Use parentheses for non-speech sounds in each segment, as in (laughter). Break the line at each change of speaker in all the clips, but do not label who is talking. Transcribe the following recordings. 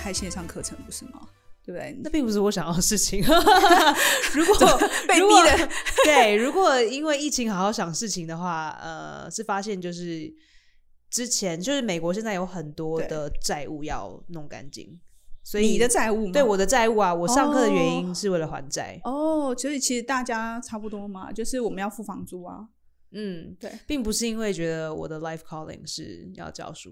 开线上课程，不是吗？对不对？
那并不是我想要的事情。
如 (laughs) 果被
(laughs) 如
逼
果
的，
(laughs) 对，如果因为疫情好好想事情的话，呃，是发现就是之前就是美国现在有很多
对
的债务要弄干净，所以
你的债务吗
对我的债务啊，我上课的原
哦
因是为了还债。
哦，所以其实大家差不多嘛，就是我们要付房租啊，
嗯，
对，
并不是因为觉得我的 life calling 是要教书。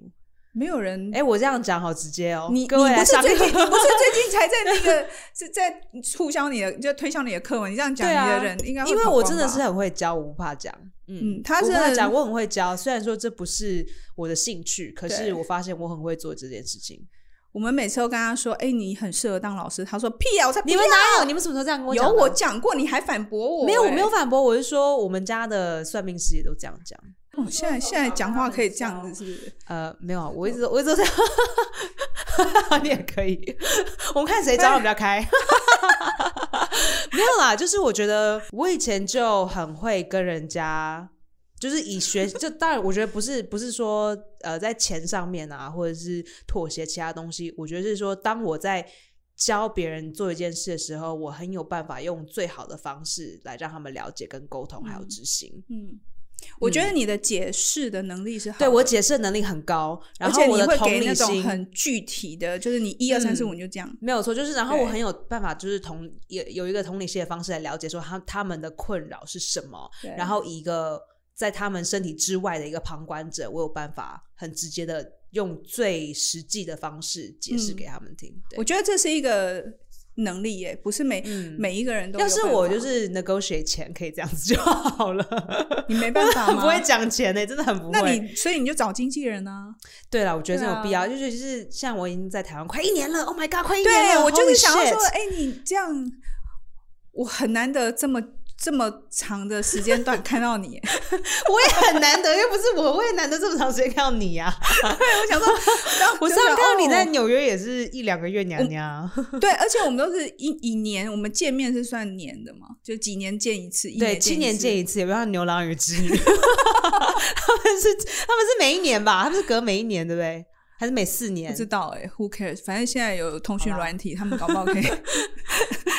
没有人
哎、我这样讲好直接哦，
嗯你你
各位来
不是
上
最近，你 (laughs)
课。
不是最近才在那个 (laughs) 是在促销你的，就推销你的课文。你这样讲，
对
你
啊
的人应该会
因为
跑光
我真的
吧
是很会教，我不怕讲。嗯
嗯他
我不
是
怕
很
讲，我很会教。虽然说这不是我的兴趣，可是
对
我发现我很会做这件事情。
我们每次都跟他说：“哎、你很适合当老师。”他说：“屁啊呀、我才不
你们哪有？你们什么时候这样跟我
有啊
讲的？
我讲过，你还反驳我、
没有，
哎
我没有。反驳，我是说我们家的算命师也都这样讲。
哦，现在现在讲话可以这样子，是不是？
呃，没有啊，我一直都我一直都在，
(laughs)
你也可以，我们看谁招的比较开。没有啦，就是我觉得我以前就很会跟人家，就是以学， (laughs) 就当然我觉得不是不是说呃在钱上面啊，或者是妥协其他东西，我觉得是说当我在。教别人做一件事的时候，我很有办法用最好的方式来让他们了解、跟沟通，还有
嗯
执行。
嗯，我觉得你的解释的能力是好的
对我，解释的能力很高，然
而
后
且
我
你
的
会
同
给
理
那种
心嗯
很具体的，就是你一二三四五你就这样。
没有错，就是然后
对
我很有办法，就是同有有一个同理心的方式来了解说他他们的困扰是什么，
对
然后以一个在他们身体之外的一个旁观者，我有办法很直接的用最实际的方式解释
嗯
给他们听。对
我觉得这是一个能力耶，不是每、
嗯
每一个人都有
要
办法。
是我就是 negotiate 钱可以这样子就好了，
你没办法吗？
(laughs) 不会讲钱呢、真的很不会。
那你所以你就找经纪人啊。
对了，我觉得这
对
有
啊
必要，就是就是像我已经在台湾快一年了，Oh my god，快一年
对，
了，
我就是
holy
想要
shit
说，哎、你这样，我很难得这么这么长的时间段看到
(laughs)
你。
我也很难得，又不是我，我也难得这么长时间看到你呀、啊。
我想说，然后
(laughs) 我
就
上次
想
看到你在
哦
纽约也是一两个月娘娘，
对，而且我们都是一一年，我们见面是算年的嘛，就几年见一次，一
对，七年见
一次。
一次，也不像牛郎与织女， (laughs) 他们是他们是每一年吧，他们是隔每一年，对不对？还是每四
不
年？
知道哎、w h o cares？反正现在有通讯
好啦
软体，他们搞不好可以
(laughs)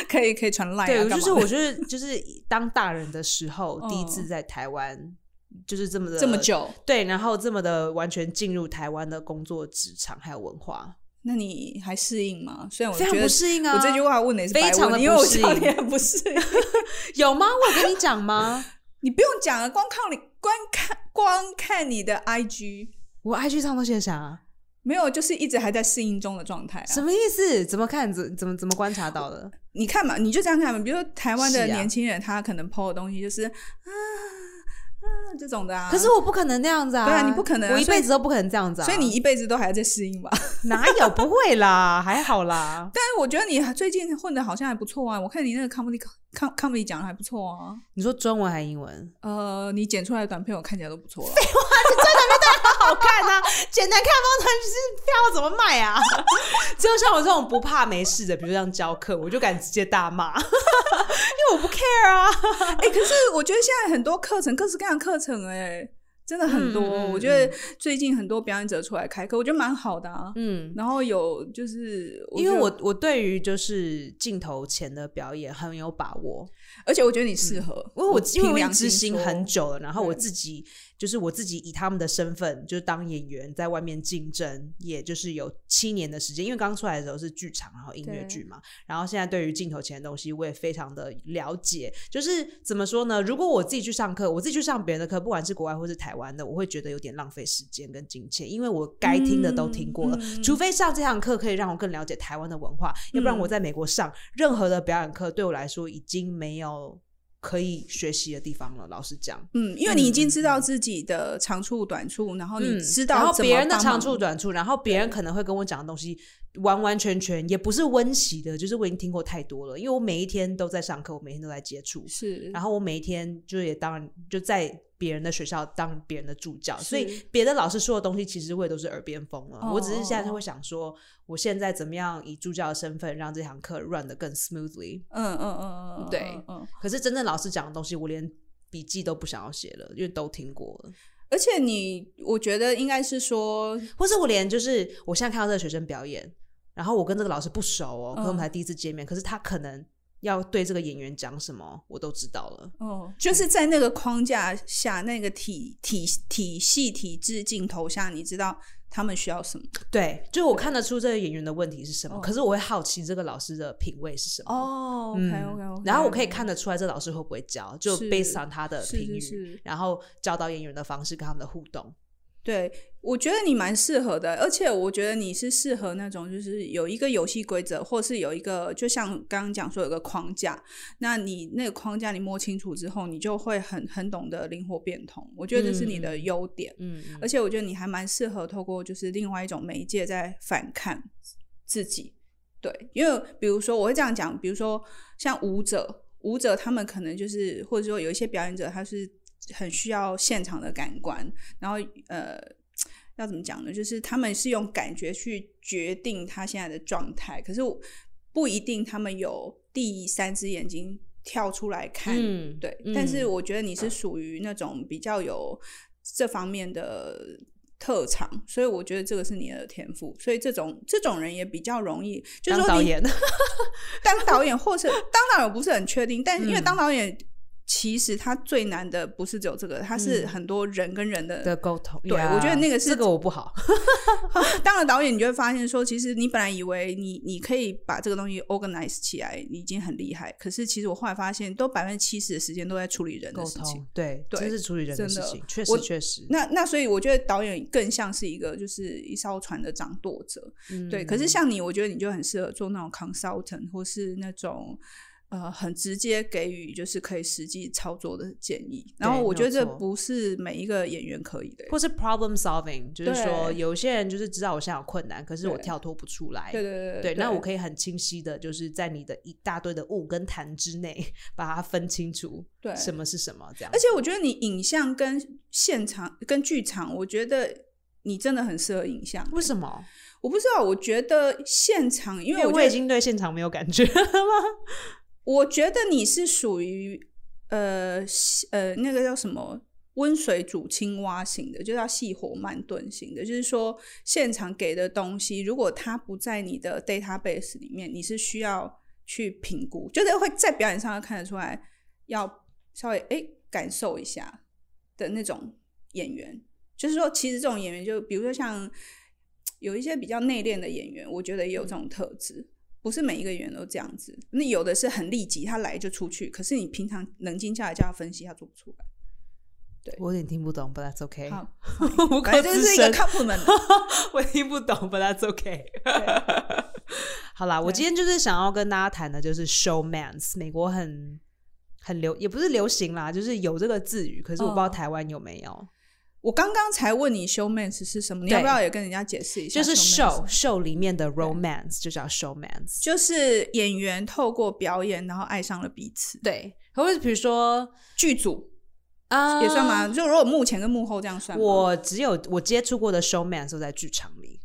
可以可以传 line 啊。
对，
干
就是
嘛的
我觉得就是当大人的时候，
(laughs) 嗯
第一次在台湾就是这么的
这么，久，
对，然后这么的完全进入台湾的工作职场还有文化，
那你还适应吗？虽然我
非
觉
常
得
不适应啊。
我这句话问的也是
非
白
常
问
地
因为
不
我
适
知道
应
你也不适
(laughs)
应。
有吗？我有跟你讲吗？ (laughs)
你不用讲了，光靠你光看光看你的 IG，
我 IG 上都写啥？
没有，就是一直还在适应中的状态、
什
啊。
么意思？怎么看？怎怎么怎么观察到的？
你看嘛，你就这样看嘛，比如说台湾的
是啊
年轻人，他可能 PO 的东西就是啊啊这种的啊。
可是我不可能那样子啊！
对啊你不可能啊
我一
所以
辈子都不可能这样子啊！
所以你一辈子都还在适应吧？
哪有？不会啦，还好啦。
但是我觉得你最近混的好像还不错啊，我看你那个 comedy com comedy 讲的还不错啊。
你说中文还英文？
呃，你剪出来的短片我看起来都不错了。
(laughs) 好看啊！简单看方程式票怎么卖啊？ (laughs) 就像我这种不怕没事的，比如像教课，我就敢直接大骂， (laughs) 因为我不 care 啊。
哎、可是我觉得现在很多课程，各式各样的课程、哎，真的很多。
嗯嗯
我觉得最近很多表演者出来开课，我觉得蛮好的啊。
嗯，
然后有就是，
因为
觉得
我我对于就是镜头前的表演很有把握。
而且我觉得你适合，
嗯因为我因为我已经
执
执行很
久，
久了，然后我
对
自己就是我自己以他们的身份，就是当演员在外面竞争，也就是有七年的时间。因为刚出来的时候是剧场，然后音乐
对
剧嘛，然后现在对于镜头前的东西，我也非常的了解。就是怎么说呢？如果我自己去上课，我自己去上别人的课，不管是国外或是台湾的，我会觉得有点浪费时间跟金钱，因为我该听的都听过了，
嗯嗯
除非上这堂课可以让我更了解台湾的文化，要不然我在美国上任何的表演课，对我来说已经没有可以学习的地方了。老实讲，
嗯，因为你已经知道自己的长处短处，然后你知道、
嗯然后别人的长处，短处，然后别人可能会跟我讲的东西。完完全全也不是温习的，就是我已经听过太多了，因为我每一天都在上课，我每天都在接触，
是，
然
后
后我每一天就也当然就在别人的学校当别人的助教，所以
是
别的老师说的东西其实我也都是耳边风了。我只是现在
哦
会想说，我现在怎么样以助教的身份让这堂课 run 的更 smoothly。
嗯嗯嗯嗯嗯，
对
嗯嗯。
可是真正老师讲的东西，我连笔记都不想要写了，因为都听过了，
而且你，我觉得应该是说，
或是我连就是我现在看到这个学生表演。然后我跟这个老师不熟哦，可能我们
嗯
才第一次见面，可是他可能要对这个演员讲什么，我都知道了。
哦，就是在那个框架下，那个体体体系、体制、镜头下，你知道他们需要什么
对，就我看得出这个演员的问题是什么，
哦
可是我会好奇这个老师的品味是什么。
哦
嗯然后我可以看得出来这老师会不会教，就是 based on 他的
是
评
是
语，
是
然后教导演员的方式跟他们的互动。
对，我觉得你蛮适合的，而且我觉得你是适合那种就是有一个游戏规则，或是有一个就像刚刚讲说有个框架，那你那个框架你摸清楚之后，你就会很很懂得灵活变通。我觉得这是你的
嗯
优点，
嗯，嗯
而且我觉得你还蛮适合透过就是另外一种媒介在反抗自己。对，因为比如说我会这样讲，比如说像舞者，舞者他们可能就是或者说有一些表演者，他是很需要现场的感官，然后呃。要怎么讲呢？就是他们是用感觉去决定他现在的状态，可是我不一定他们有第三只眼睛跳出来看
嗯
对，
嗯
但是我觉得你是属于那种比较有这方面的特长，所以我觉得这个是你的天赋，所以这种这种人也比较容易，就是
当
说
导
你 (laughs)
演
当导演或是当导演不是很确定，但是因为
嗯
当导演其实他最难的不是只有这个，他是
嗯
很多人跟人的
的沟通，
对我觉得那个是
这个我不好。
当了导演，你就会发现说，其实你本来以为你你可以把这个东西 organize 起来，你已经很厉害。可是其实我后来发现，都百分之七十的时间都在处理人
沟
的事情
通。，对，
对
这是处理人的
真
事
的
情，确实
我
确实。
那那所以我觉得导演更像是一个就是一艘船的掌舵者，对。可
嗯
是像你，我觉得你就很适合做那种 consultant 或是那种。呃，很直接给予就是可以实际操作的建议，然后我觉得
没
这
有错
不是每一个演员可以的、
或是 problem solving，就是说
对
有些人就是知道我现在有困难，可是我
对
跳脱不出来。
对对对对
对，那我
以
可以很清晰的，就是在你的一大堆的雾跟痰之内，把它分清楚，
对
什么是什么这样
而。且我觉得你影像跟现场跟剧场，我觉得你真的很适合影像。
为什么？
我不知道，我觉得现场，因
因
为
为
我觉
我
得
已经对现场没有感觉了。
我觉得你是属于呃细呃那个叫什么温水煮青蛙型的，就叫细火慢炖型的，就是说现场给的东西，如果它不在你的 database 里面，你是需要去评估，就是会在表演上要看得出来，要稍微哎感受一下的那种演员。就是说，其实这种演员就比如说像有一些比较内敛的演员，我觉得也有这种特质。不是每一个演员都这样子，那有的是很立即，他来就出去，可是你平常冷静下来叫他分析，他做不出来。
(laughs) 我有点听不懂，but that's okay。 (laughs)
好，
我
反正这是一个 compliment 嘛。
(laughs) 我听不懂，but that's okay。好 (laughs) 啦，我今天就是想要跟大家谈的，就是 showman's，美国很很流，也不是流行啦，就是有这个字语，可是我不知道
哦
台湾有没有，
我刚刚才问你 showman 是什么，你
对
要不要也跟人家解释一下？
就是
showman
show
是
show 里面的 romance 就叫 showman's。
就是演员透过表演，然后爱上了彼此。
对，或者比如说
剧组
啊
也算吗？就如果幕前跟幕后这样算吗，
我只有我接触过的 showman 都在剧场里，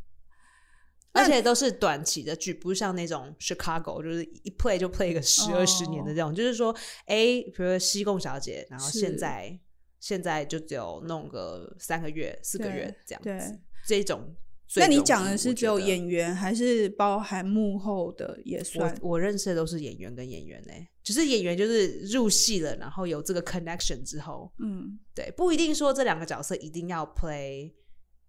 那
而且都是短期的剧，不是像那种 Chicago 就是一 play 就 play 个十二十
哦
年的这种。就是说，哎、比如说西贡小姐，然后
是
现在现在就只有弄个三个月、四个
对
月这样
对
子，这种最
那
容易。
你讲的是只有
我觉得
演员，还是包含幕后的也算
我？我认识的都是演员跟演员呢、只是演员就是入戏了，然后有这个 connection 之后，
嗯，
对，不一定说这两个角色一定要 play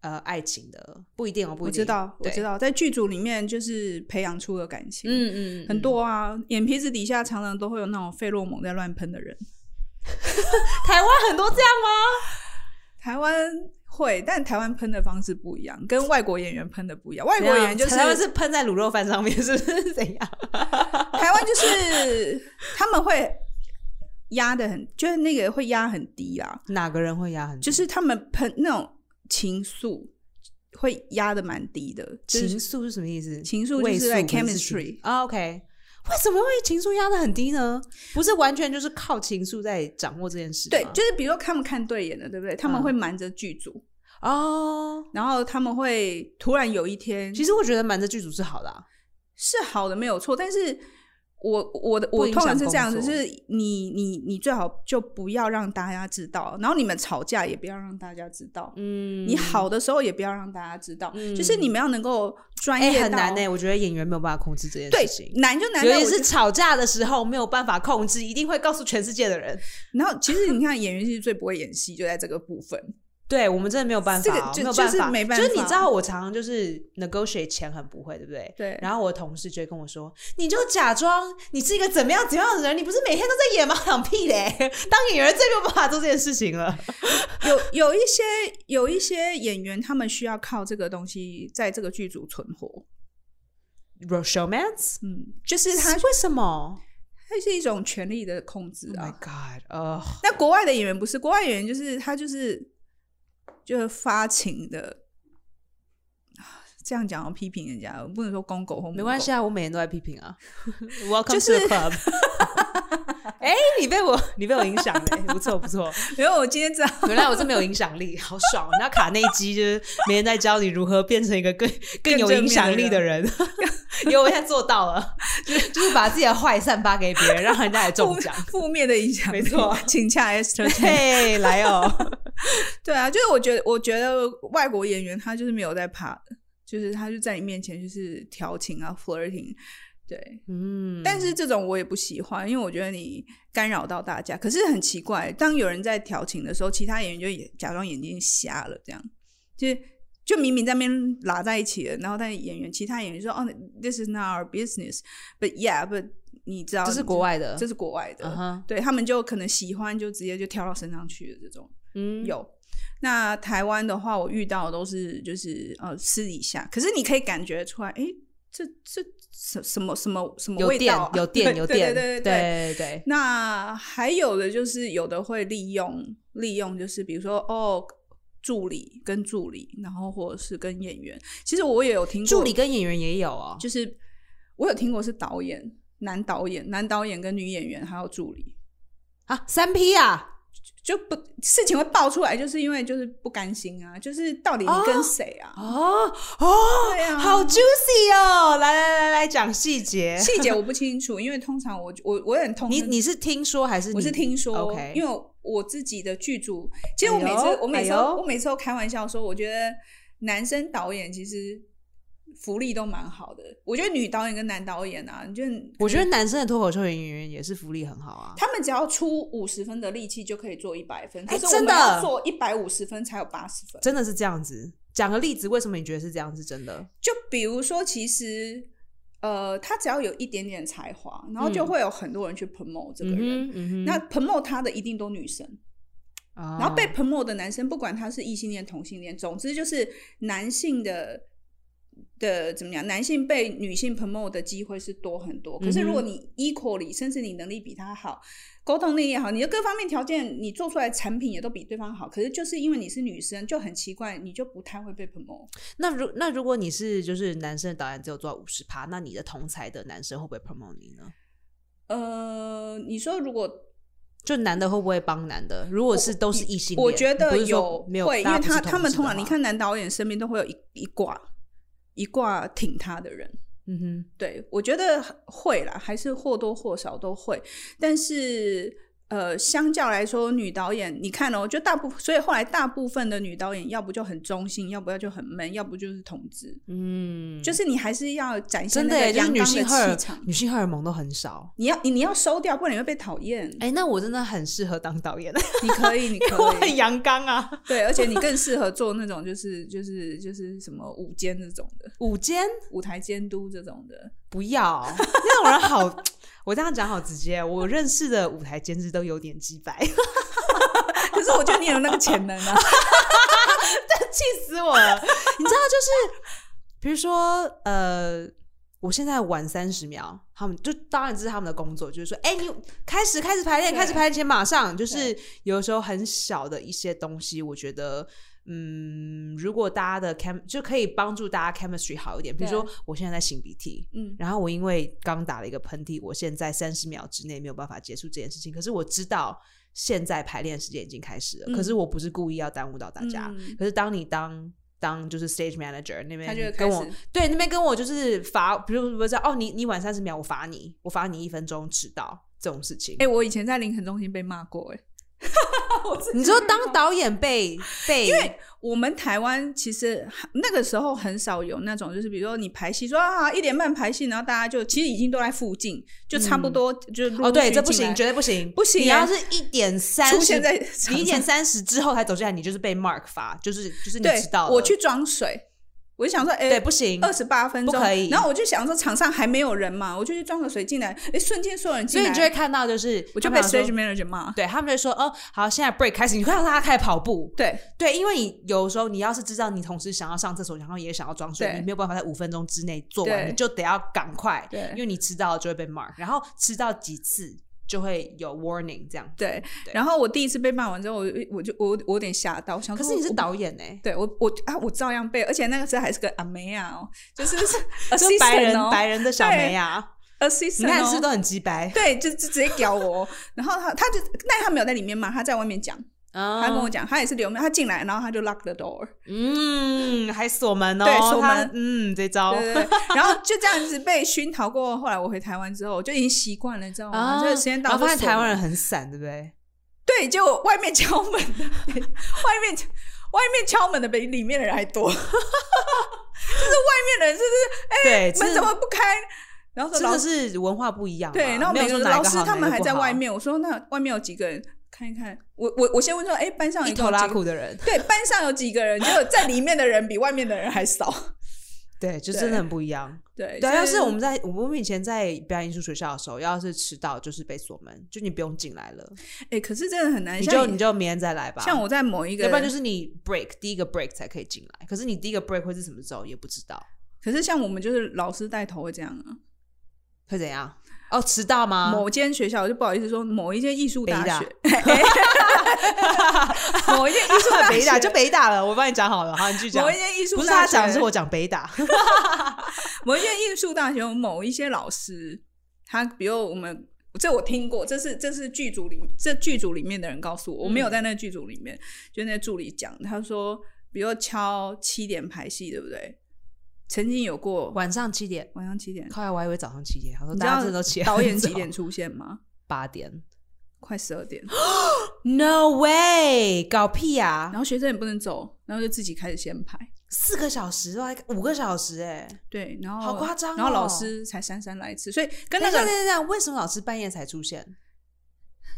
呃爱情的，不一定哦，不
我
一定。
知道，我
对
知，道，在剧组里面就是培养出了感情。
嗯嗯，
很多啊，眼皮子底下常常都会有那种费洛蒙在乱喷的人。
台湾很多这样吗？
台湾会，但台湾喷的方式不一样，跟外国演员喷的不一样。外国演员就是
台湾是喷在卤肉饭上面，是不是 (laughs) 怎样？
台湾就是 (laughs) 他们会压的很，就是那个会压很低啦，
哪个人会压很
就是他们喷那种情愫会压的蛮低的，就是
情愫是什么意思？
情愫
位
就是
数
like
跟自己
chemistry
啊，OK。为什么会情愫压的很低呢？不是完全就是靠情愫在掌握这件事吗？
对，就是比如说他们看对眼了，对不对？他们
嗯
会瞒着剧组，
哦。
然后他们会突然有一天
其实我觉得瞒着剧组是好的啊、
是好的，没有错。但是我我的
不
我
影
通常
响
是这样子，
工
就
作
是你你你最好就不要让大家知道，然后你们吵架也不要让大家知道，
嗯，
你好的时候也不要让大家知道，
嗯
就是你们要能够专
哎、
业到、
很难呢、我觉得演员没有办法控制这件
对
事情，
难就难
尤
在
其
我
是
就
吵架的时候没有办法控制，一定会告诉全世界的人。
然后其实你看演员其实最不会演戏就在这个部分，
对我们真的没有办
这
法
个
哦，
就
没有办
就是
法，
没办
就是你
法
知道，我常常就是 negotiate 钱很不会，对不对？
对
然后我的同事就会跟我说：“你就假装你是一个怎么样怎么样的人，你不是每天都在演吗？讲屁嘞！ (laughs) 当演员最没有办法做这件事情了。
有有一些有一些演员他们需要靠这个东西在这个剧组存活，
”Romance
嗯，就是它
为什么
它是一种权力的控制
？Oh
啊
my。god！呃，
那国外的演员不是，国外演员就是他就是就是发情的，啊这样讲要批评人家，我不能说公狗或母狗
没关系，啊，我每天都在批评
(laughs)
啊。Welcome
就
to
是
the club 。 (laughs) 哎、你被我你被我影响了、哎不错不错。
没有，我今天这样，
原来我这么有影响力，好爽！哦那卡内基就是每天在教你如何变成一个更更有影响力的人， (laughs) 因为我现在做到了，就是就是把自己的坏散发给别人，让人家也中
负 (laughs)
奖。
负面的影响力，
没错
请洽 Esther
对，来
(laughs)
哦，
对啊，就是我觉得，我觉得外国演员他就是没有在怕的，就是他就在你面前就是调情啊，flirting，对，
嗯，
但是这种我也不喜欢，因为我觉得你干扰到大家。可是很奇怪，当有人在调情的时候，其他演员就也假装眼睛瞎了，这样就是就明明在那边拉在一起了，然后但演员其他演员说：“哦、t h i s is not our business。” But yeah, but 你知道
这是国，外的，
这是国外的
嗯哼
对他们就可能喜欢就直接就跳到身上去了这种。
嗯
有。那台湾的话，我遇到的都是就是呃私底下，可是你可以感觉出来，诶，这这什什么什么什么
有
味
电
道、啊，
有电
对
有
对
电，
对对对。
对对
那还有的就是有的会利用利用，就是比如说哦助理跟助理，然后或者是跟演员，其实我也有听过
助理跟演员也有哦，
就是我有听过是导演男导演男导演跟女演员还有助理，
啊，三 P 啊，
就不事情会爆出来，就是因为就是不甘心啊，就是到底你跟谁啊？
哦哦，
对啊，
好 juicy 哦，来来来来讲细节，
细节我不清楚，因为通常我我我很痛恨。
你你是听说还是
我是
你
听说
OK
因为我我自己的剧组，其实我
哎呦
每次、我每次都、
哎呦
我每次都开玩笑说，我觉得男生导演其实福利都蛮好的。我觉得女导演跟男导演啊，你就
我觉得男生的脱口秀演员也是福利很好啊。
他们只要出五十分的力气就可以做一百分，可
哎
是我
真
们
的
要做一百五十分才有八十分。
真的是这样子。讲个例子，为什么你觉得是这样是真的？
就比如说，其实呃，他只要有一点点才华，然后就
嗯
会有很多人去 promote 这个人。
嗯哼
那 promote 他的一定都女生，
哦
然后被 promote 的男生，不管他是异性恋、同性恋，总之就是男性的的怎么讲，男性被女性 promote 的机会是多很多。可
嗯
是如果你 equally，甚至你能力比他好，沟通力也好，你的各方面条件，你做出来的产品也都比对方好，可是就是因为你是女生，就很奇怪，你就不太会被 promote。
那如那如果你是就是男生的导演只有做到五十趴，那你的同才的男生会不会 promote 你呢？
呃，你说如果
就男的会不会帮男的？如果是都是异性恋，
我觉
不
得
是说
有
没有，
会，因
大
为
家不是
他他们
同
通常
志的
你
话，
看男导演身边都会有一一挂一挂挺他的人，
嗯哼，
对我觉得会啦，还是或多或少都会，但是。呃，相较来说，女导演，你看哦，就大部，所以后来大部分的女导演，要不就很中性，要不要就很闷，要不就是同志，
嗯，
就是你还是要展现
真
那
的
个
耶，就是
阳
女
刚
性
的
荷尔
气场。
女性荷尔蒙都
(laughs)
很少。
你要你你要收掉，不然你会被讨厌。
哎、那我真的很适合当导演，
你可以，你可
(laughs) 我
以
很，阳刚啊。
对，而且你更适合做那种就是就是就是什么舞监这种的，
午间
舞台监督这种的。
不要，那种人好，我这样讲好直接。我认识的舞台监制都有点鸡 (laughs) 白，
可是我觉得你有那个潜能啊，
气死我了。你知道，就是比如说，呃，我现在晚三十秒，他们就当然这是他们的工作，就是说，哎、你开始开始排练，
对
开始排练前马上，就是有时候很小的一些东西，我觉得。嗯，如果大家的 chem 就可以帮助大家 chemistry 好一点，比如说
对
我现在在擤鼻涕，
嗯，
然后我因为刚打了一个喷嚏，我现在三十秒之内没有办法结束这件事情。可是我知道现在排练时间已经开始了，
嗯
可是我不是故意要耽误到大家。
嗯
可是当你当当就是 stage manager 那
他就会开
边跟我
始
对那边跟我就是罚，比如不是哦，你你晚三十秒，我罚你，我罚你一分钟迟到这种事情。
哎、我以前在林肯中心被骂
(laughs)
过、哎，
你说当导演
(laughs)
被被，因为
我们台湾其实那个时候很少有那种，就是比如说你排戏说啊一点半排戏，然后大家就其实已经都在附近，就差不多、就陆
哦对，
续
这不
进
行，
来
绝对不行，
不行
你
啊
要是一点三
出现在场
你
上
一点三十之后才走进来，你就是被 mark 罚，就是就是你
对
迟到，了。
我去装水，我就想说，哎、
对不行，
二十八分钟
不可以
然后我就想说场上还没有人嘛，我就去装个水进来，哎，瞬间所有人
所
进
以
来，
你就会看到就是
我就
他
被
们想
stage
说
manager 骂。
对他们就说哦好，现在 break 开始，你快要拉开始跑步。
对
对，因为你有时候你要是知道你同时想要上厕所，然后也想要装水，
对
你没有办法在五分钟之内做完，
对
你就得要赶快，
对
因为你迟到了就会被 mark，然后迟到几次就会有 warning 这样。
对
对
然后我第一次被骂完之后，我我就我我有点吓到，我想
可
说
是你是
我
导演哎、
对我我啊，我照样背，而且那个时候还是个阿梅啊，
(laughs)
哦，就是
就
assistant
白人、
哦
白人的小梅啊，
assistant，
你看
哦
是不是都很鸡 (laughs) 白？
对，就就直接屌我哦， (laughs) 然后他他就但他没有在里面骂，他在外面讲，
他
他跟我讲，他也是留面，他进来然后他就 lock the door，
嗯，还锁门哦，
对锁
他
门
嗯，这招
对对对， (laughs) 然后就这样子被熏陶过。后来我回台湾之后，我就已经习惯了，你知道吗？这个时间到
啊哦然
就锁门，
后发现台湾人很散，对不对？
对，就外面敲门的， (laughs) 对外面外面敲门的比里面的人还多， (laughs) 就是外面的人就是 (laughs)
(laughs) 对，
门
真
怎
的
么不开？然后说
真
老
的
师
是文化不一样啊。
对，然后
没有
每
说
个
哪
老
个
师
好
他们还在外，
哪个
面，我说那外面有几个人看一看，我我我先问说，哎，班上
不好
有
一头
几
拉
个
苦的人，
对，班上有几个人，就在里面的人比外面的人还少。
对，就
对
真的很不一样。
对，
对，啊
所以
要是我们在我们以前在表演艺术学校的时候，要是迟到就是被锁门，就你不用进来了，
哎，可是真的很难，
你就
像
你就明天再来吧。
像我在某一个，
要不然就是你 break 第一个 break 才可以进来，可是你第一个 break 会是什么时候也不知道，
可是像我们就是老师带头会这样啊。
会怎样？哦，迟到吗？
某间学校我就不好意思说，某一间艺术大学， (laughs)
某一件艺术
大
(laughs) 北大
学
就北大了，我帮你讲好了，好你继续讲
某。一间艺术
不是
大
他
学
讲，是我讲北大。 (laughs)
某一间艺术大学有某一些老师，他比如我们。这我听过，这是这是剧组里这剧组里面的人告诉我，我没
嗯
有在那个剧组里面，就那助理讲，他说，比如敲七点排戏，对不对？曾经有过晚
晚上七点，
晚上七点，
靠呀，我还以为早上七点，他说
你
大家真的都起
知
来
道导演
很
几
早
点？出现吗？
八点。
快十二点，
No way，搞屁
然
呀！
后学生也不能走，然后就自己开始先排。
四个小时哦，还五个小时哎。
对，然后
好夸张哦
然后老师才姗姗来迟，所以跟那
等一下，等
个
一下，为什么老师半夜才出现？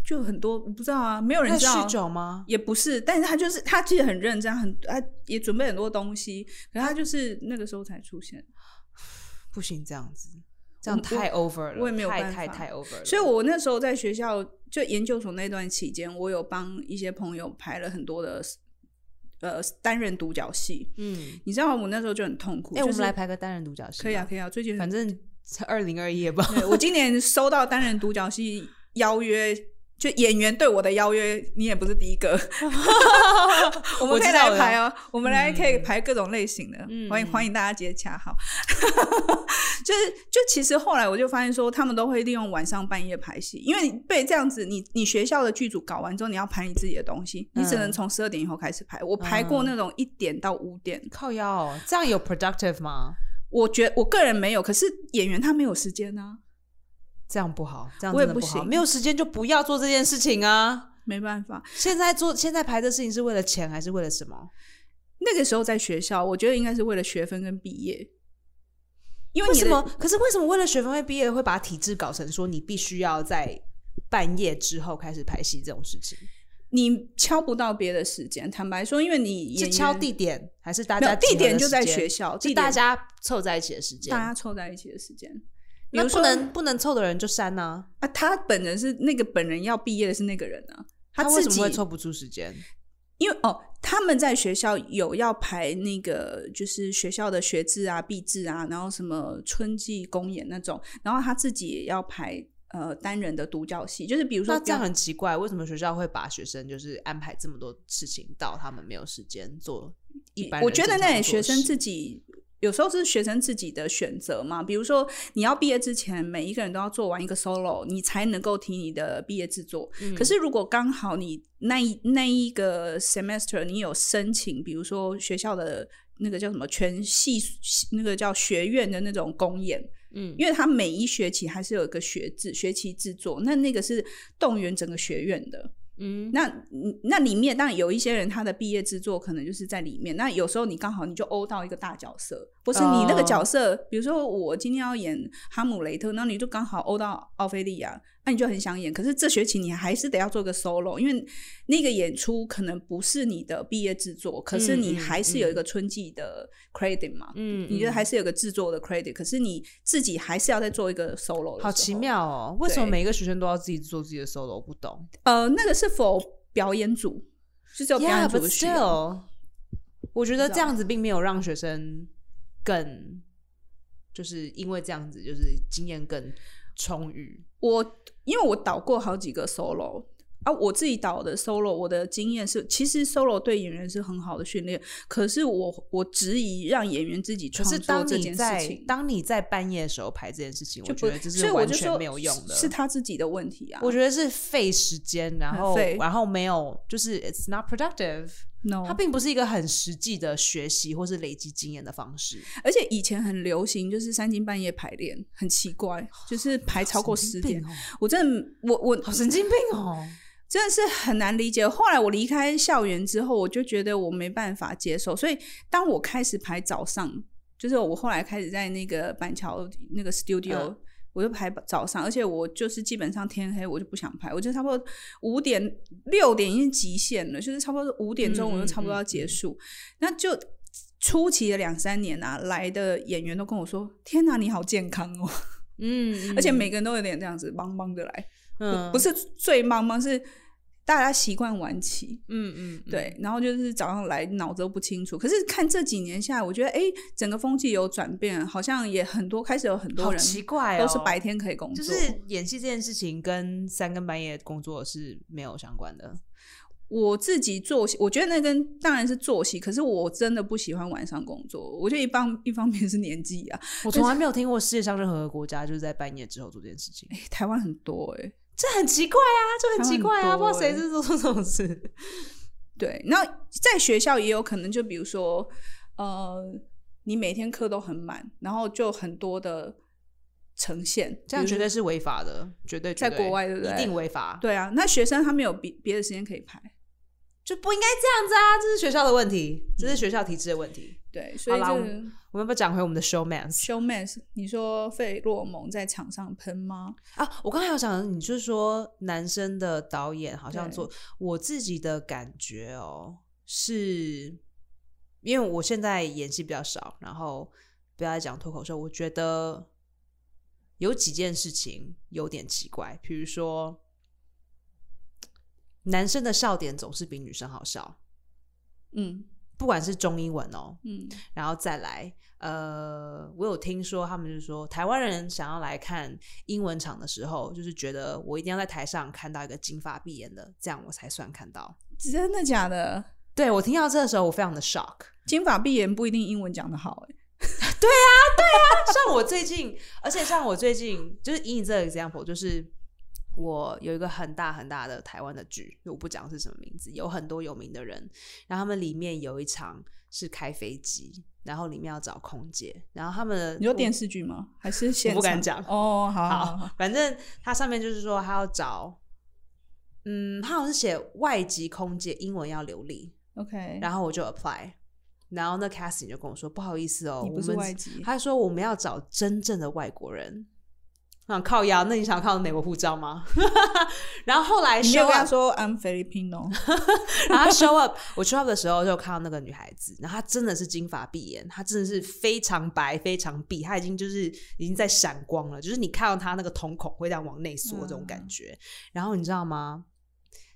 就很多我不知道啊，没有人
在
知
酗
道，
酒吗？
也不是，但是他就是他其实很认真，很他也准备很多东西，可是他就是那个时候才出现，
不行，这样子，这
我
样太 over 了，
我也没有
太
办
太
法
太 over 了。
所以我那时候在学校就研究所那段期间，我有帮一些朋友排了很多的呃单人独角戏，
嗯，
你知道我那时候就很痛苦，
哎，
就
我
是
们来排个单人独角戏，
可以啊，，可以啊，最近很
反正二零二一吧。
对我今年收到单人独角戏邀约，就演员对我的邀约，你也不是第一个。我们可以
知
来
道了
排哦，我们来可以排各种类型的，
嗯
欢迎欢迎大家接洽好。 (laughs) 就是就其实后来我就发现说，他们都会利用晚上半夜排戏，因为你被这样子，你你学校的剧组搞完之后，你要排你自己的东西，你只能
嗯
从十二点以后开始排。我排过那种一点到五点，
靠腰哦，这样有 productive 吗？
我觉我个人没有，可是演员他没有时间啊，
这样不好，这样
我也
真的
不
好，
行
没有时间就不要做这件事情啊。
没办法。
现在做现在排的事情是为了钱还是为了什么？
那个时候在学校，我觉得应该是为了学分跟毕业，因为
为
你
什
的
么？可是为什么为了学分会毕业会把体制搞成说你必须要在半夜之后开始排戏这种事情？
你敲不到别的时间。坦白说，因为你演
是
员
敲地点还是大
没
家
有地
集合的
点就在
时间
学校，
是
地
大
点
家凑在一起的时间
大。家凑在一起的时间。比
那
如
不
说
能不能凑的人就删呐、
啊，他本人是那个本人要毕业的是那个人啊，
他为
自
什
己
么会凑不出时间？
因为哦，他们在学校有要排那个，就是学校的学制啊、毕制啊，然后什么春季公演那种，然后他自己也要排呃单人的独角戏，就是比如说
那这样
不要
很奇怪，为什么学校会把学生就是安排这么多事情到他们没有时间做一般人
我觉得
正常
那也
做
学生
事
自己。有时候是学生自己的选择嘛，比如说你要毕业之前，每一个人都要做完一个 solo，你才能够提你的毕业制作。
嗯
可是如果刚好你那一那一个 semester 你有申请，比如说学校的那个叫什么全系那个叫学院的那种公演，
嗯，
因为他每一学期还是有一个学制学期制作，那那个是动员整个学院的。
嗯，
那嗯那里面当然有一些人他的毕业制作可能就是在里面，那有时候你刚好你就欧到一个大角色，不是你那个
哦
角色比如说我今天要演哈姆雷特，那你就刚好欧到奥菲利亚，那你就很想演，可是这学期你还是得要做个 solo，因为那个演出可能不是你的毕业制作，可是你
嗯
还是有一个春季的 credit 嘛，
嗯
你觉得
嗯
还是有个制作的 credit，可是你自己还是要再做一个 solo，的
好
时
奇
候
妙哦，为什么
对
每一个学生都要自己做自己的 solo？我不懂。
呃，那个是否表演组？是只有表演
Yeah,
组
but
的需要
still，我觉得
知
这样子并没有让学生更，就是因为这样子，就是经验更充裕。
我因为我导过好几个 solo 啊，我自己导的 solo，我的经验是，其实 solo 对演员是很好的训练，可是我我质疑让演员自己
可
创
是
作
当
这
你
件事
在
情，
当你在半夜的时候排这件事情，我
就不
觉得这
所
是
以我
完
就
全
说
没有用的。
是是他自己的问题啊。
我觉得是费时间，然
很
后
费
然后没有，就是 it's not productive。
no，
它并不是一个很实际的学习或是累积经验的方式。
而且以前很流行，就是三更半夜排练，很奇怪，就是排超过十
神经
点
病。哦，
我真的，我我
好神经病哦！
真的是很难理解。后来我离开校园之后，我就觉得我没办法接受，所以当我开始排早上，就是我后来开始在那个板桥那个 studio，、
嗯
我就排早上，而且我就是基本上天黑我就不想排，我就差不多五点六点已经极限了，就是差不多五点钟我就差不多要结束，那就。初期的两三年啊，来的演员都跟我说：“天哪，你好健康哦！”
嗯，
而且每个人都有点这样子，茫茫的来。
嗯
不，是最忙吗？是大家习惯晚起，
嗯嗯，嗯，
对，然后就是早上来脑子都不清楚。可是看这几年下来，我觉得哎、诶整个风气有转变，好像也很多开始有很多
好
人
奇怪
都
哦，
是白天可以工
就
作。
是演戏这件事情跟三更半夜工作是没有相关的。
我自己作息，我觉得那跟当然是作息，可是我真的不喜欢晚上工作。我觉得一方一方面是年纪啊，
我从来没有听过世界上任何国家就是在半夜之后做这件事情，
诶台湾很多哎、诶
这很奇怪啊，这很奇怪
差
啊，
很
不
多
知道谁是做这种事。
对，那在学校也有可能，就比如说，呃，你每天课都很满，然后就很多的呈现，
(laughs) 这样
比
绝
如说
对是违法的，绝对
在
绝对
国外对不对
一定违法，
对啊。那学生他们有别别的时间可以排，
就不应该这样子啊！这是学校的问题，这是学校体制的问题。
对，所以
好啦
这
我
个
我们要不要讲回我们的 showman
showman，你说费洛蒙在场上喷吗？
啊？我刚才有讲，你就是说男生的导演好像
对
做，我自己的感觉哦，是因为我现在演戏比较少，然后不要再讲脱口秀，我觉得有几件事情有点奇怪，比如说男生的笑点总是比女生好笑，
嗯
不管是中英文哦，
嗯，
然后再来，呃，我有听说他们就说，台湾人想要来看英文场的时候，就是觉得我一定要在台上看到一个金发碧眼的，这样我才算看到。
真的假的？
对我听到这的时候，我非常的 shock。 (laughs)
金发碧眼不一定英文讲得好、欸，
像我最近，而且像我最近，就是以你这个 example，就是我有一个很大很大的台湾的剧，我不讲是什么名字，有很多有名的人，然后他们里面有一场是开飞机，然后里面要找空姐，然后他们的
你说电
我
视剧吗？还是现
我不敢
场
讲
哦，好好好
好，反正它上面就是说他要找，嗯，他好像是写外籍空姐，英文要流利，
o k
然后我就 apply，然后那 casting 就跟我说不好意思哦，
你不
我
是
们
外籍
他说我们要找真正的外国人。啊，靠腰，那你想靠美国护照吗？ (laughs) 然后后来
你没有
show
跟他
up，
说 I'm
(laughs)
Filipino，
然后他 show up，我 show up 的时候就看到那个女孩子，然后她真的是金发碧眼，她真的是非常白、非常碧，她已经就是已经在闪光了，就是你看到她那个瞳孔会这样往内缩这种
嗯
感觉。然后你知道吗？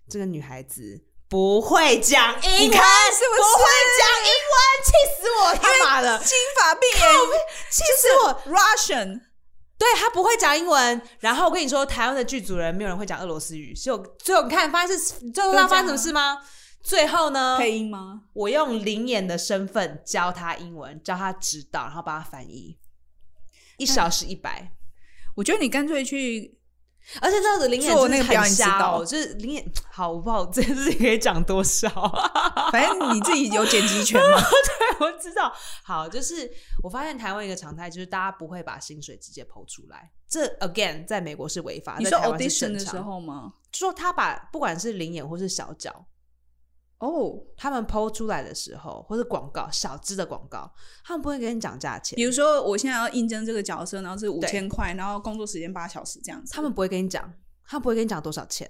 这个女孩子不会讲英文，
你看是不是
不会讲英文，气死
(laughs)
我他妈的！
金发碧眼，
气死我！
Russian，
对他不会讲英文，然后我跟你说，台湾的剧组人没有人会讲俄罗斯语，所以我最后你看发现是最后知道发生什么事吗？最后呢，
配音吗？
我用灵眼的身份教他英文，教他指导，然后帮他翻译，一小时一百。
我觉得你干脆去
而且这样子灵眼
做
真的
那个表
很
演指
瞎哦，
导
就是灵眼好不好？这件事情可以讲多少？ (laughs)
反正你自己有剪辑权嘛。
我知道，好，就是我发现台湾一个常态就是大家不会把薪水直接剖出来，这 again 在美国是违法，
你
在
说
台湾是
audition
正
的时
常，
候吗？
说他把不管是灵眼或是小脚，
哦，
他们剖出来的时候，或是广告小支的广告，他们不会跟你讲价钱
比，如说我现在要应征这个角色，然后是五
对
千块，然后工作时间八小时这样子。
他们不会跟你讲，他们不会跟你讲多少钱，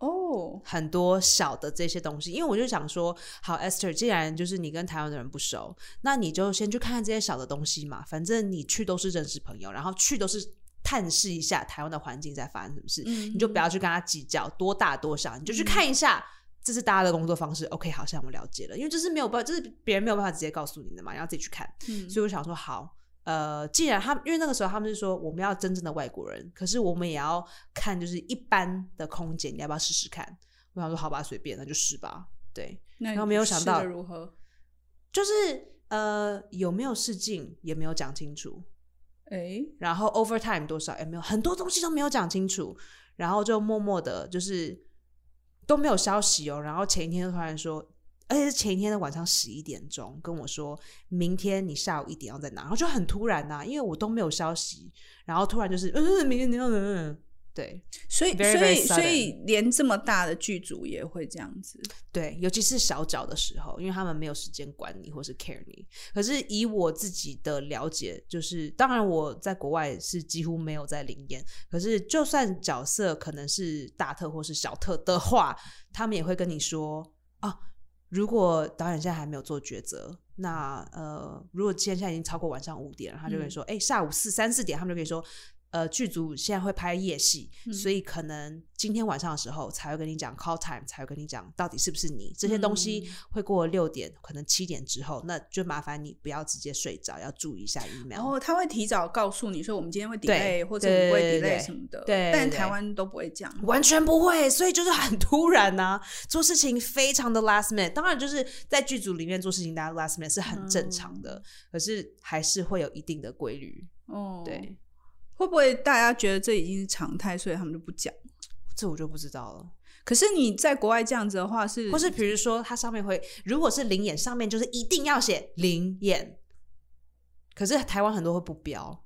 哦，
很多小的这些东西。因为我就想说，好，Esther，既然就是你跟台湾的人不熟，那你就先去看看这些小的东西嘛，反正你去都是认识朋友，然后去都是探视一下台湾的环境在发生什么事，
嗯
你就不要去跟他计较多大多小，你就去看一下。这是大家的工作方式，OK，好像我了解了，因为这是没有办法，这是别人没有办法直接告诉你的嘛，你要自己去看。
嗯
所以我想说，好，呃，既然他们因为那个时候他们是说我们要真正的外国人，可是我们也要看就是一般的空姐，你要不要试试看？我想说，好吧，随便，那就试吧。对，
那
然后
你
没有想
试得
到
如何？
就是呃，有没有试镜也没有讲清楚，
哎，
然后 overtime 多少也没有，很多东西都没有讲清楚，然后就默默的，就是都没有消息哦。然后前一天就突然说，而且是前一天的晚上十一点钟跟我说，明天你下午一点要在哪，然后就很突然呐、因为我都没有消息，然后突然就是，嗯，明天你要，嗯，嗯对
所以
Very,
所以
very
所以连这么大的剧组也会这样子。
对，尤其是小脚的时候，因为他们没有时间管你或是 care 你。可是以我自己的了解，就是当然我在国外是几乎没有在领演，可是就算角色可能是大特或是小特的话，他们也会跟你说啊，如果导演现在还没有做抉择，那呃，如果今天现在已经超过晚上五点了，他就跟你说，哎、下午四三四点，他们就跟你说。呃，剧组现在会拍夜戏，
嗯
所以可能今天晚上的时候才会跟你讲 call time，才会跟你讲到底是不是你这些东西
嗯
会过六点，可能七点之后，那就麻烦你不要直接睡着，要注意一下 email。
然后他会提早告诉你说我们今天会
对
delay 或者我们会
对对对
delay 什么的，
对对
但
对
台湾都不会这样。
完全不会，所以就是很突然呐、做事情非常的 last minute。当然，就是在剧组里面做事情，大家 last minute 是很正常
嗯
的，可是还是会有一定的规律。
哦，
对，，
会不会大家觉得这已经是常态，所以他们就不讲？
这我就不知道了。
可是你在国外这样子的话是，
或是比如说，它上面会，如果是零眼，上面就是一定要写零眼。可是台湾很多会不标，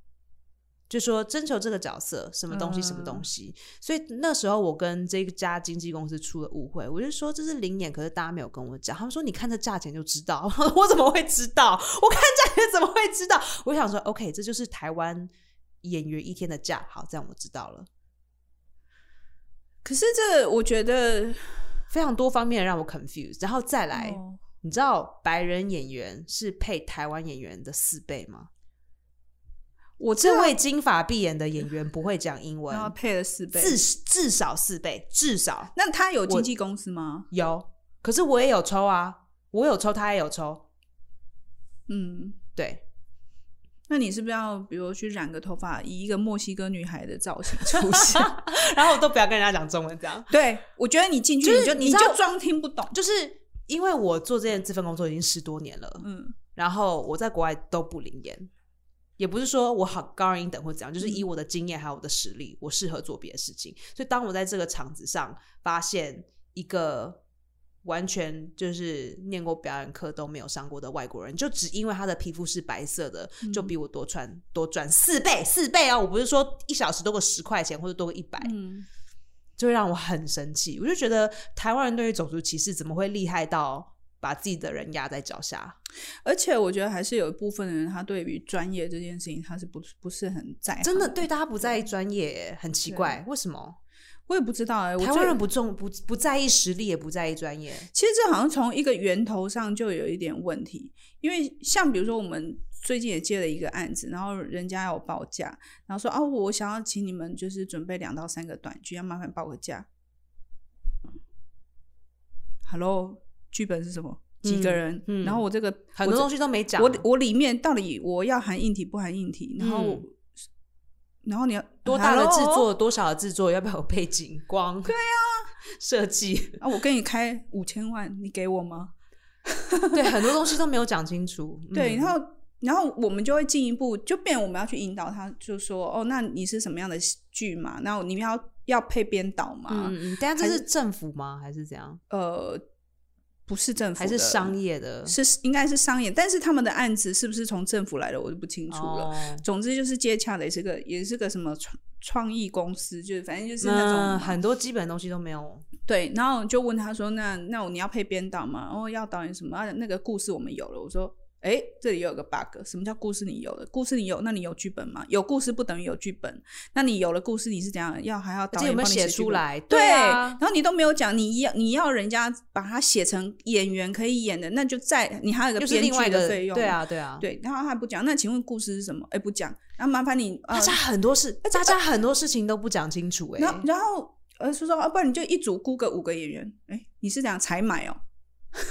就说征求这个角色什么东西
嗯
什么东西。所以那时候我跟这家经纪公司出了误会，我就说这是零眼，可是大家没有跟我讲。他们说你看这价钱就知道， (laughs) 我怎么会知道？我看价钱怎么会知道？我想说，OK，这就是台湾演员一天的价。好，这样我知道了。
可是这我觉得
非常多方面让我 confuse，然后再来。
哦
你知道白人演员是配台湾演员的四倍吗？
我知
这
道，
位金发碧眼的演员不会讲英文
然，后配了四倍。
至至少四倍，至少
那他有经纪公司吗？
有。可是我也有抽啊，我有抽，他也有抽，
嗯，
对，
那你是不是要比如去染个头发，以一个墨西哥女孩的造型出
(laughs)
现？
(laughs) 然后我都不要跟人家讲中文，这样
对，我觉得你进去
就是
你就
你
你
知道
就装听不懂。
就是因为我做这件这份工作已经十多年了，
嗯，
然后我在国外都不灵验，也不是说我好高人一等或怎样，就是以我的经验还有我的实力，我适合做别的事情。所以当我在这个场子上发现一个完全就是念过表演课都没有上过的外国人，就只因为他的皮肤是白色的，就比我多赚多赚四倍四倍啊！我不是说一小时多个十块钱或者多个一百，
嗯，
就会让我很生气。我就觉得台湾人对于种族歧视怎么会厉害到把自己的人压在脚下？
而且我觉得还是有一部分人，他对于专业这件事情，他是不不是很在行
真的，对大家不在意专业耶，很奇怪，为什么
我也不知道哎、我
台
最
湾人不重不不在意实力，也不在意专业？
其实这好像从一个源头上就有一点问题，因为像比如说我们最近也接了一个案子，然后人家要我报价，然后说哦，我想要请你们就是准备两到三个短剧，要麻烦报个价。Hello，剧本是什么？几个人？
嗯
然后我这个
很多东
西，
西都没讲。
我我里面到底我要含硬体不含硬体？然后我、
嗯
然后你要
多大的制
Hello？
作，多少的制作，要不要有背景光？对啊，设计
啊，我跟你开五千万，你给我吗？
对很多东西都没有讲清楚。嗯
(laughs) 对，然后然后我们就会进一步，就变我们要去引导他，就说哦，那你是什么样的剧嘛？那你们要要配编导吗？
嗯，嗯，但这是政府吗？还是怎样？
呃，不是政府
还是
的
商业的？
是应该是商业，但是他们的案子是不是从政府来的，我就不清楚了。
哦
总之就是接洽的也是个也是个什么创创意公司，就是反正就是那种
那
嘛、
嗯很多基本东西都没有。
对。然后就问他说：“那那我你要配编导吗？哦，要导演什么？啊、那个故事我们有了。”我说：“哎，这里有个 bug，什么叫故事你有了？故事你有，那你有剧本吗？有故事不等于有剧本。那你有了故事，你是怎样要还要
而
导
且
演
有没有
帮你
写
剧
出
本？
来？
对，
啊
然，后你都没有讲，你要你要人家把它写成演员可以演的，那就在你还有一
又
个
是
编
另外
剧
一个
的费用，
对，啊，对啊，
对，然后他不讲，那请问故事是什么？哎，不讲，然后麻烦你，呃
大家很多事，大家很多事情都不讲清楚哎、
然后然后呃，说说，啊，不然你就一组估个五个演员，哎，你是讲采买哦？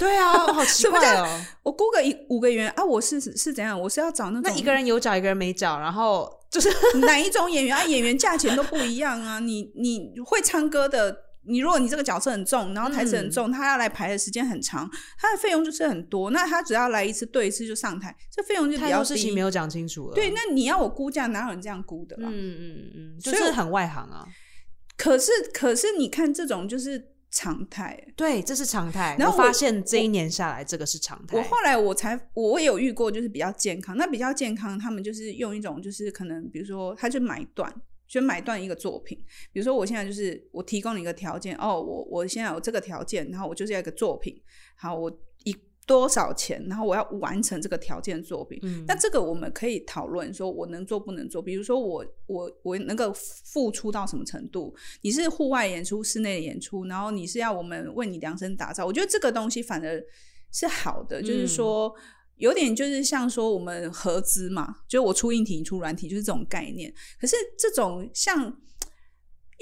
对啊，我好奇怪哦、
我估个一五个演员啊，我是是怎样？我是要找那种
那一个人有脚，一个人没脚，然后就是
哪一种演员啊？演员价钱都不一样啊。你你会唱歌的，你如果你这个角色很重，然后台词
嗯
很重，他要来排的时间很长，他的费用就是很多。那他只要来一次对一次就上台，这费用就比
太
较
多事情没
低。
有讲清楚了。
对，那你要我估价，哪有人这样估的啦？
嗯嗯嗯，就
所以
是
我
很外行啊。
可是可是你看这种就是常态。
对，这是常态。
然后
我
我
发现这一年下来，这个是常态。
我后来我才我也有遇过，就是比较健康，那比较健康，他们就是用一种就是可能比如说他就买断，就买断一个作品，比如说我现在就是我提供你一个条件，哦，我我现在有这个条件，然后我就是要一个作品，好，我以多少钱，然后我要完成这个条件作品。
嗯，
那这个我们可以讨论，说我能做不能做。比如说我我我能够付出到什么程度？你是户外演出、室内演出，然后你是要我们为你量身打造。我觉得这个东西反而是好的，就是说有点就是像说我们合资嘛，就是我出硬体，你出软体，就是这种概念。可是这种像。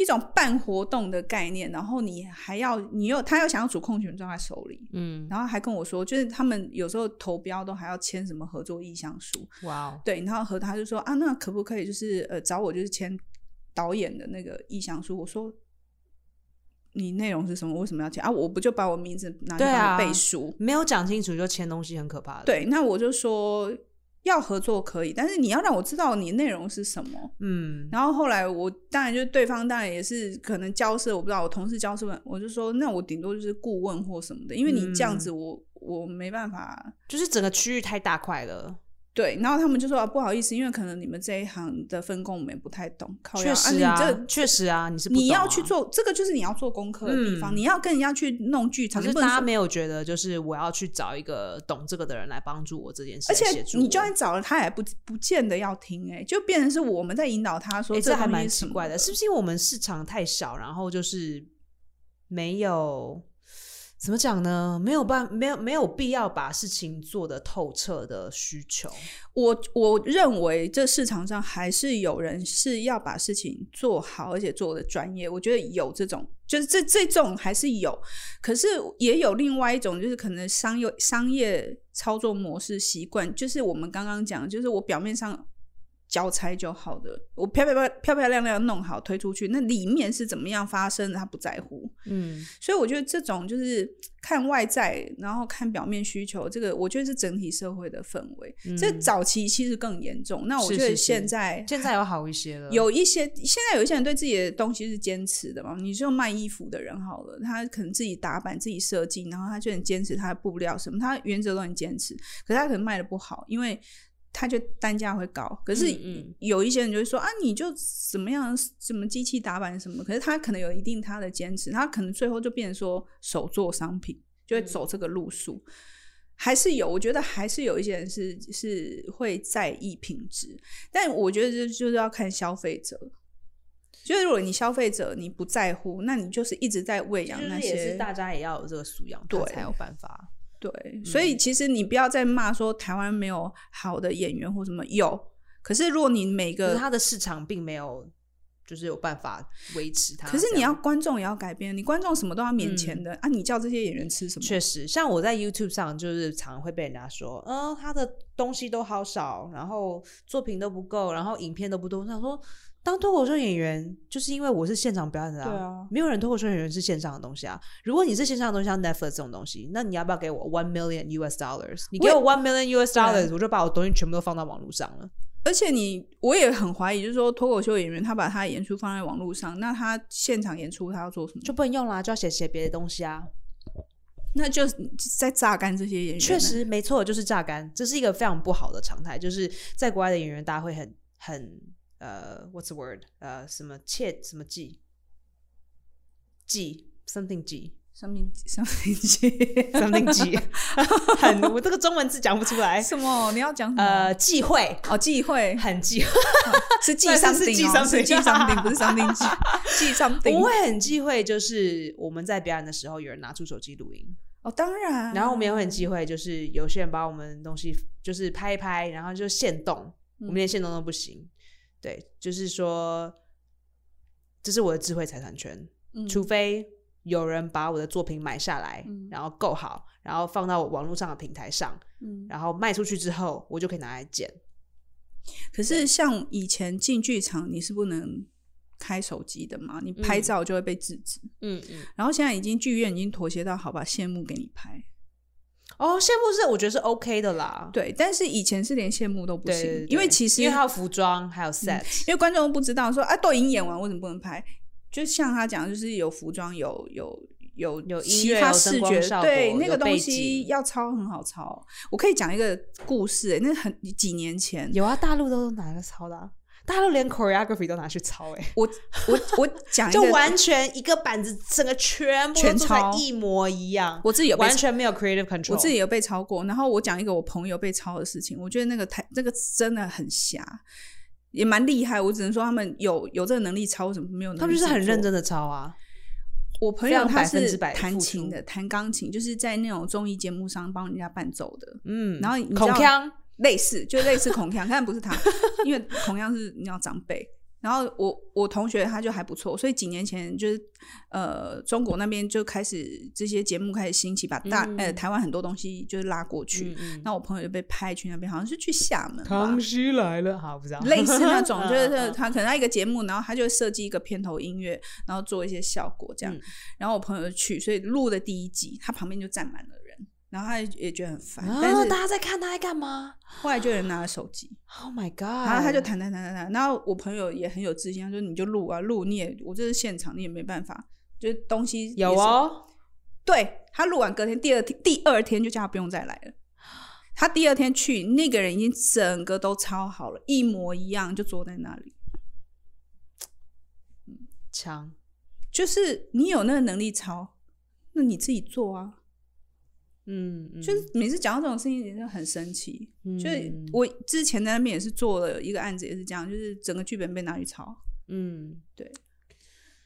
一种办活动的概念，然后你还要，你又他又想要主控权抓在手里，
嗯，
然后还跟我说，就是他们有时候投标都还要签什么合作意向书，
哇哦，
对，然后和他就说啊，那可不可以就是呃找我就是签导演的那个意向书？我说你内容是什么？为什么要签啊？我不就把我名字拿去
对啊
帮你背书？
没有讲清楚就签东西，很可怕的。，
对，那我就说要合作可以，但是你要让我知道你内容是什么。
嗯，
然后后来我当然就是对方当然也是可能交涉，我不知道我同事交涉，我就说那我顶多就是顾问或什么的，因为你这
嗯
样子我、我没办法。
就是整个区域太大块了，
对，然后他们就说啊，不好意思，因为可能你们这一行的分工我们也不太懂。靠腰
确实
啊，你
啊
这，
确实啊，你是不
你
懂啊
要去，做这个，就是你要做功课的地方，
嗯
你要跟人家去弄剧
可
场，你
是
不
大
能
家
说。
没有觉得，就是我要去找一个懂这个的人来帮助我这件事，
而
协
且
助
你
我
就算找了他，也不不见得要听、哎，就变成是我们在引导他说、
欸、
这
这还
东西
蛮
是
奇
什么
怪的，是不是因为我们市场太小，然后就是没有怎么讲呢？没有办，没有没有必要把事情做得透彻的需求。
我我认为这市场上还是有人是要把事情做好，而且做的专业。我觉得有这种，就是这这种还是有，可是也有另外一种，就是可能商业商业操作模式习惯，就是我们刚刚讲，就是我表面上交差就好的，我漂漂漂漂漂亮亮弄好推出去，那里面是怎么样发生的，他不在乎。
嗯，
所以我觉得这种就是看外在，然后看表面需求，这个我觉得是整体社会的氛围。这早期其实更严重，那我
嗯是
觉
是
得
是
现在
现在有好一些了。
有一些现在有一些人对自己的东西是坚持的嘛，你就卖衣服的人好了，他可能自己打版、自己设计，然后他就很坚持他的布料什么，他原则都很坚持，可是他可能卖的不好，因为。他就单价会高，可是
嗯嗯
有一些人就会说、啊，你就怎么样，什么机器打版什么，可是他可能有一定他的坚持，他可能最后就变成说手做商品，就会走这个路数。还是有，我觉得还是有一些人是是会在意品质，但我觉得这就是要看消费者。就是如果你消费者你不在乎，那你就是一直在喂
就
养那
是也
些
是大嗯家也要有这个素养，
对
他才有办法。
对，所以其实你不要再骂说台湾没有好的演员或什么有，可是如果你每
可是
个
他的市场并没有，就是有办法维持它这
可
样。嗯
是你要观众也要改变，你观众什么都要免钱的、啊！你叫这些演员吃什么？
确实，像我在 YouTube 上就是常会被人家说，嗯，他的东西都好少，然后作品都不够，然后影片都不多。我想说，当脱口秀演员，就是因为我是现场表演的、
对啊
没有人脱口秀演员是线上的东西啊。如果你是线上的东西，像 Netflix 这种东西，那你要不要给我 one million US dollars？你给我啊 one million US dollars，我就把我东西全部都放到网络上了。
而且你，我也很怀疑，就是说脱口秀演员他把他的演出放在网络上，那他现场演出他要做什么？
就不能用啦，就要写写别的东西啊。
那就是在榨干这些演员呢。
确实，没错，就是榨干，这是一个非常不好的常态。就是在国外的演员，大家会很很呃，what's the word？呃，什么切什么记记
(laughs)
something 记
生命生命节
something (laughs) 记，很我这个中文字讲不出来。
什么？你要讲什么？
呃，忌讳，
哦，忌 (laughs) 讳
很忌讳，
是忌
对是
something，
是忌
哦
something
是忌 something，不是 something 忌忌 something。
我会很忌讳，就是我们在表演的时候，有人拿出手机录音。
哦，当然。
然后我们也会很忌讳，就是有些人把我们东西就是拍一拍，然后就现动，我们连现动都不行。对，就是说，这是我的智慧财产权，
嗯
除非有人把我的作品买下来，
嗯
然后够好，然后放到网络上的平台上，
嗯
然后卖出去之后，我就可以拿来剪。
可是像以前进剧场，你是不能开手机的嘛，你拍
嗯
照就会被制止。
嗯嗯，
然后现在已经剧院已经妥协到好把谢幕给你拍，
哦，羡慕是我觉得是 OK 的啦，
对，但是以前是连谢幕都不
对
行，
对对
因为其实
因为嗯还有服装，还有 set，、
因为观众都不知道说啊，都已经演完，为什么不能拍？就像他讲，就是有服装，有有有
有音
其
乐
他
有
视
灯光
觉，
效
对
果
那
有
个东
背
西
景
要抄很好抄。我可以讲一个故事、欸，那很几年前，
有啊，大陆都拿来抄的啊、大陆连 choreography 都拿去抄、欸， (laughs)
我我我讲一
就
个，
完全一个板子，整个全部都
全
做出来
抄
一模一样，
我自己有被
完全没有 creative control。
我自己有被抄过，然后我讲一个我朋友被抄的事情，我觉得那个太那个真的很瞎，也蛮厉害。我只能说他们有有这个能力抄，为什么没有能力？
他们就是很认。真的抄啊，
我朋
非
友
常
他
百分之
是
百付
弹
出
琴的，弹钢琴，就是在那种综艺节目上帮人家伴奏的。
嗯，
然后你知道
孔锵
类似，就类似 (laughs) 孔锵，但不是他，因为孔锵是你知道长辈。然后我我同学他就还不错，所以几年前就是呃中国那边就开始这些节目开始兴起，把大、呃
嗯
台湾很多东西就是拉过去。那我朋友就被派去那边，好像是去厦门吧，
熙来了，好不知道，
类似那种
(laughs)
就是他可能他一个节目，然后他就会设计一个片头音乐，然后做一些效果这样。
嗯
然后我朋友就去，所以录的第一集，他旁边就站满了人，然后他也觉得很烦，
啊，
但是
大家在看他在干嘛
后来就有人拿了手机。
？Oh my god！
然
然
后他就弹弹弹弹弹，然后我朋友也很有自信，他说你就录啊录，你也我这是现场，你也没办法，就是东西
有
也是，
哦，
对他录完隔天第二天第二天就叫他不用再来了。他第二天去，那个人已经整个都抄好了，一模一样，就坐在那里。
强
就是你有那个能力抄，那你自己做啊。
嗯，嗯
就是每次讲到这种事情，你就很生气。就是
嗯
我之前在那边也是做了一个案子，也是这样，就是整个剧本被拿去抄。
嗯，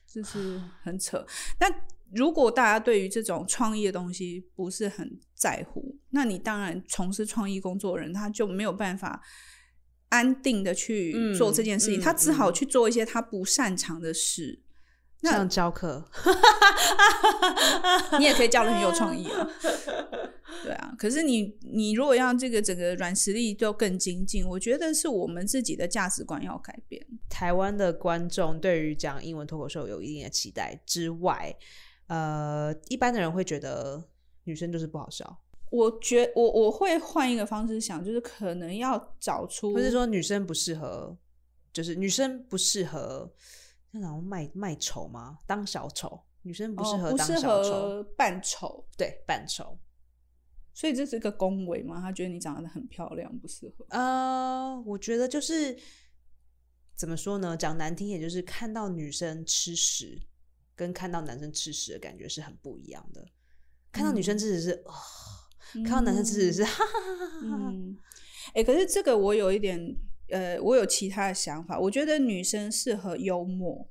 就是
啊
很扯。那如果大家对于这种创意的东西不是很在乎，那你当然从事创意工作的人，他就没有办法安定的去
嗯
做这件事情，
嗯
他只好去做一些他不擅长的事。那
像教课， (laughs)
你也可以叫人很有创意啊，对啊。可是你你如果让这个整个软实力都更精进，我觉得是我们自己的价值观要改变。
台湾的观众对于讲英文脱口秀有一定的期待之外，呃，一般的人会觉得女生就是不好笑，
我觉我我会换一个方式想，就是可能要找出，
或是说女生不适合，就是女生不适合那种卖卖丑吗？当小丑，女生不适合
哦、不
当
适
小丑，
合扮丑，
对，扮丑。
所以这是一个恭维嘛？他觉得你长得很漂亮，不适合。
呃，我觉得就是怎么说呢？讲难听点，就是看到女生吃屎跟看到男生吃屎的感觉是很不一样的。看到女生吃屎是、哦，看到男生吃屎是哈哈哈啊哈哈哈。
嗯，哎、可是这个我有一点，呃，我有其他的想法。我觉得女生适合幽默，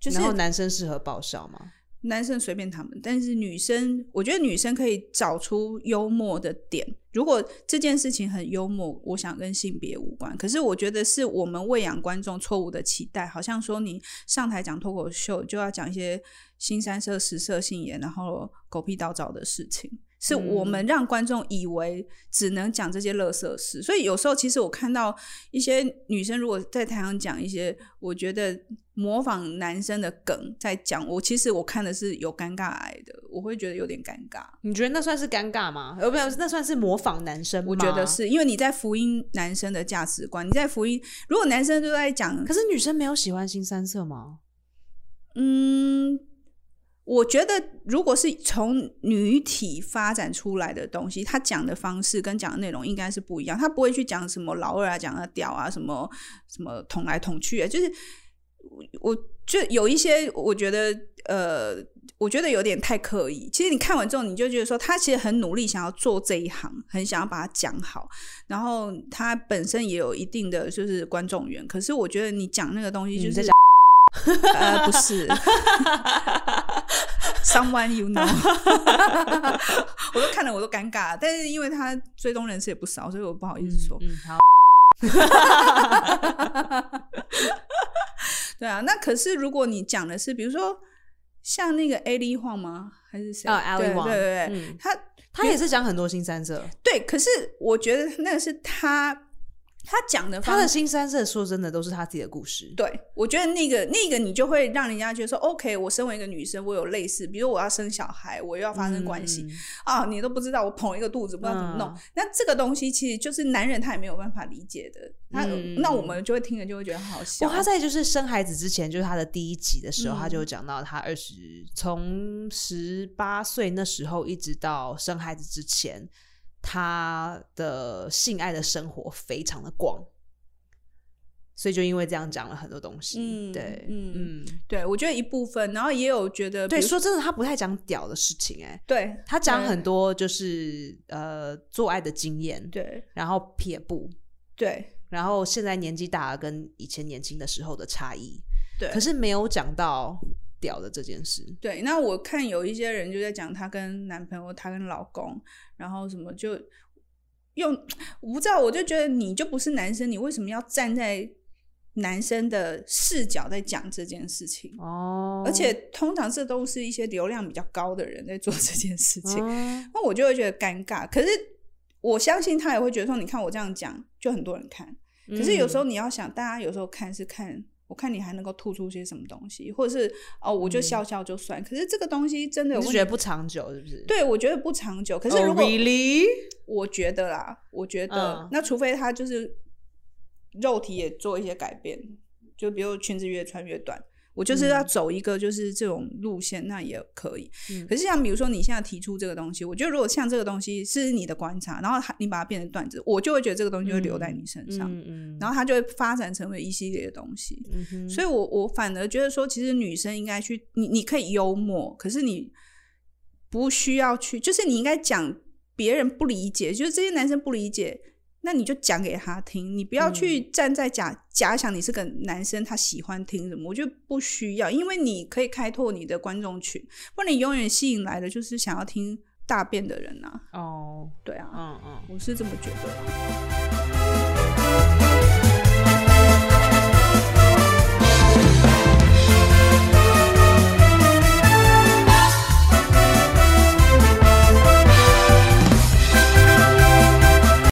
就是
然后男生适合爆笑吗？
男生随便他们，但是女生，我觉得女生可以找出幽默的点。如果这件事情很幽默，我想跟性别无关。可是我觉得是我们喂养观众错误的期待，好像说你上台讲脱口秀就要讲一些新三色、食色性也，然后狗屁倒灶的事情。是我们让观众以为只能讲这些乐色事，所以有时候其实我看到一些女生如果在台上讲一些我觉得模仿男生的梗在讲，我其实我看的是有尴尬癌的，我会觉得有点尴尬。
你觉得那算是尴尬吗？呃，不是，那算是模仿男生吗？
我觉得。是因为你在福音男生的价值观，你在福音如果男生都在讲
可是女生没有喜欢新三色吗？
嗯，我觉得如果是从女体发展出来的东西，他讲的方式跟讲的内容应该是不一样。他不会去讲什么老二啊，讲啊屌啊，什么什么捅来捅去啊，就是我我就有一些我觉得呃，我觉得有点太刻意。其实你看完之后，你就觉得说他其实很努力想要做这一行，很想要把它讲好，然后他本身也有一定的就是观众缘。可是我觉得你讲那个东西
你
就是
在
讲。呃，不是 (laughs) ，someone you know，我都看了我都尴尬，但是因为他追踪人次也不少，所以我不好意思说。
嗯，好，
对啊，那可是如果你讲的是，比如说像那个 A 莉晃吗？还是谁？
哦，Ali
对
晃
对对对，
嗯，
他
他也是讲很多新三色，
对，可是我觉得那个是他他讲的
他
方
的新三色说真的都是他自己的故事。
对，我觉得那个那个你就会让人家觉得说，OK，我身为一个女生，我有类似，比如我要生小孩，我又要发生关系，
嗯
啊，你都不知道我捧一个肚子，不知道怎么弄。
嗯
那这个东西其实就是男人他也没有办法理解的，他、
嗯
那我们就会听着就会觉得很好笑。
哇，他在就是生孩子之前，就是他的第一集的时
嗯
候，他就有讲到他二十从十八岁那时候一直到生孩子之前，他的性爱的生活非常的广，所以就因为这样讲了很多东西。
嗯
对，
嗯
嗯，
对我觉得一部分，然后也有觉得，
对，
比如
说真的，他不太讲屌的事情、哎，
对
他讲很多就是呃做爱的经验，
对
然后撇步，
对
然后现在年纪大了跟以前年轻的时候的差异。
对，
可是没有讲到屌的这件事。
对，那我看有一些人就在讲她跟男朋友，她跟老公，然后什么就用，我不知道，我就觉得你就不是男生，你为什么要站在男生的视角在讲这件事情？
哦
而且通常这都是一些流量比较高的人在做这件事情，
嗯
那我就会觉得尴尬。可是我相信他也会觉得说，你看我这样讲，就很多人看。
嗯
可是有时候你要想，大家有时候看是看，我看你还能够吐出些什么东西，或者是哦，我就笑笑就算。可是这个东西真的有
嗯你是
问
觉得
题，
不长久，是不是？
对我觉得不长久。可
哦。
是如果
really，
我觉得啦，我觉得、
嗯
那除非他就是肉体也做一些改变，就比如裙子越穿越短，我就是要走一个就是这种路线，那也可以。
嗯
可是像比如说你现在提出这个东西，我觉得如果像这个东西是你的观察，然后它你把它变成段子，我就会觉得这个东西就会留在你身上，
嗯嗯，
然后它就会发展成为一系列的东西。
嗯哼
所以我我反而觉得说，其实女生应该去，你你可以幽默，可是你不需要去，就是你应该讲别人不理解，就是这些男生不理解，那你就讲给他听，你不要去站在假、假想你是个男生，他喜欢听什么，我觉得不需要，因为你可以开拓你的观众群，不然你永远吸引来的就是想要听大便的人啊，
哦，
对啊，
嗯嗯。
我是这么觉得啦。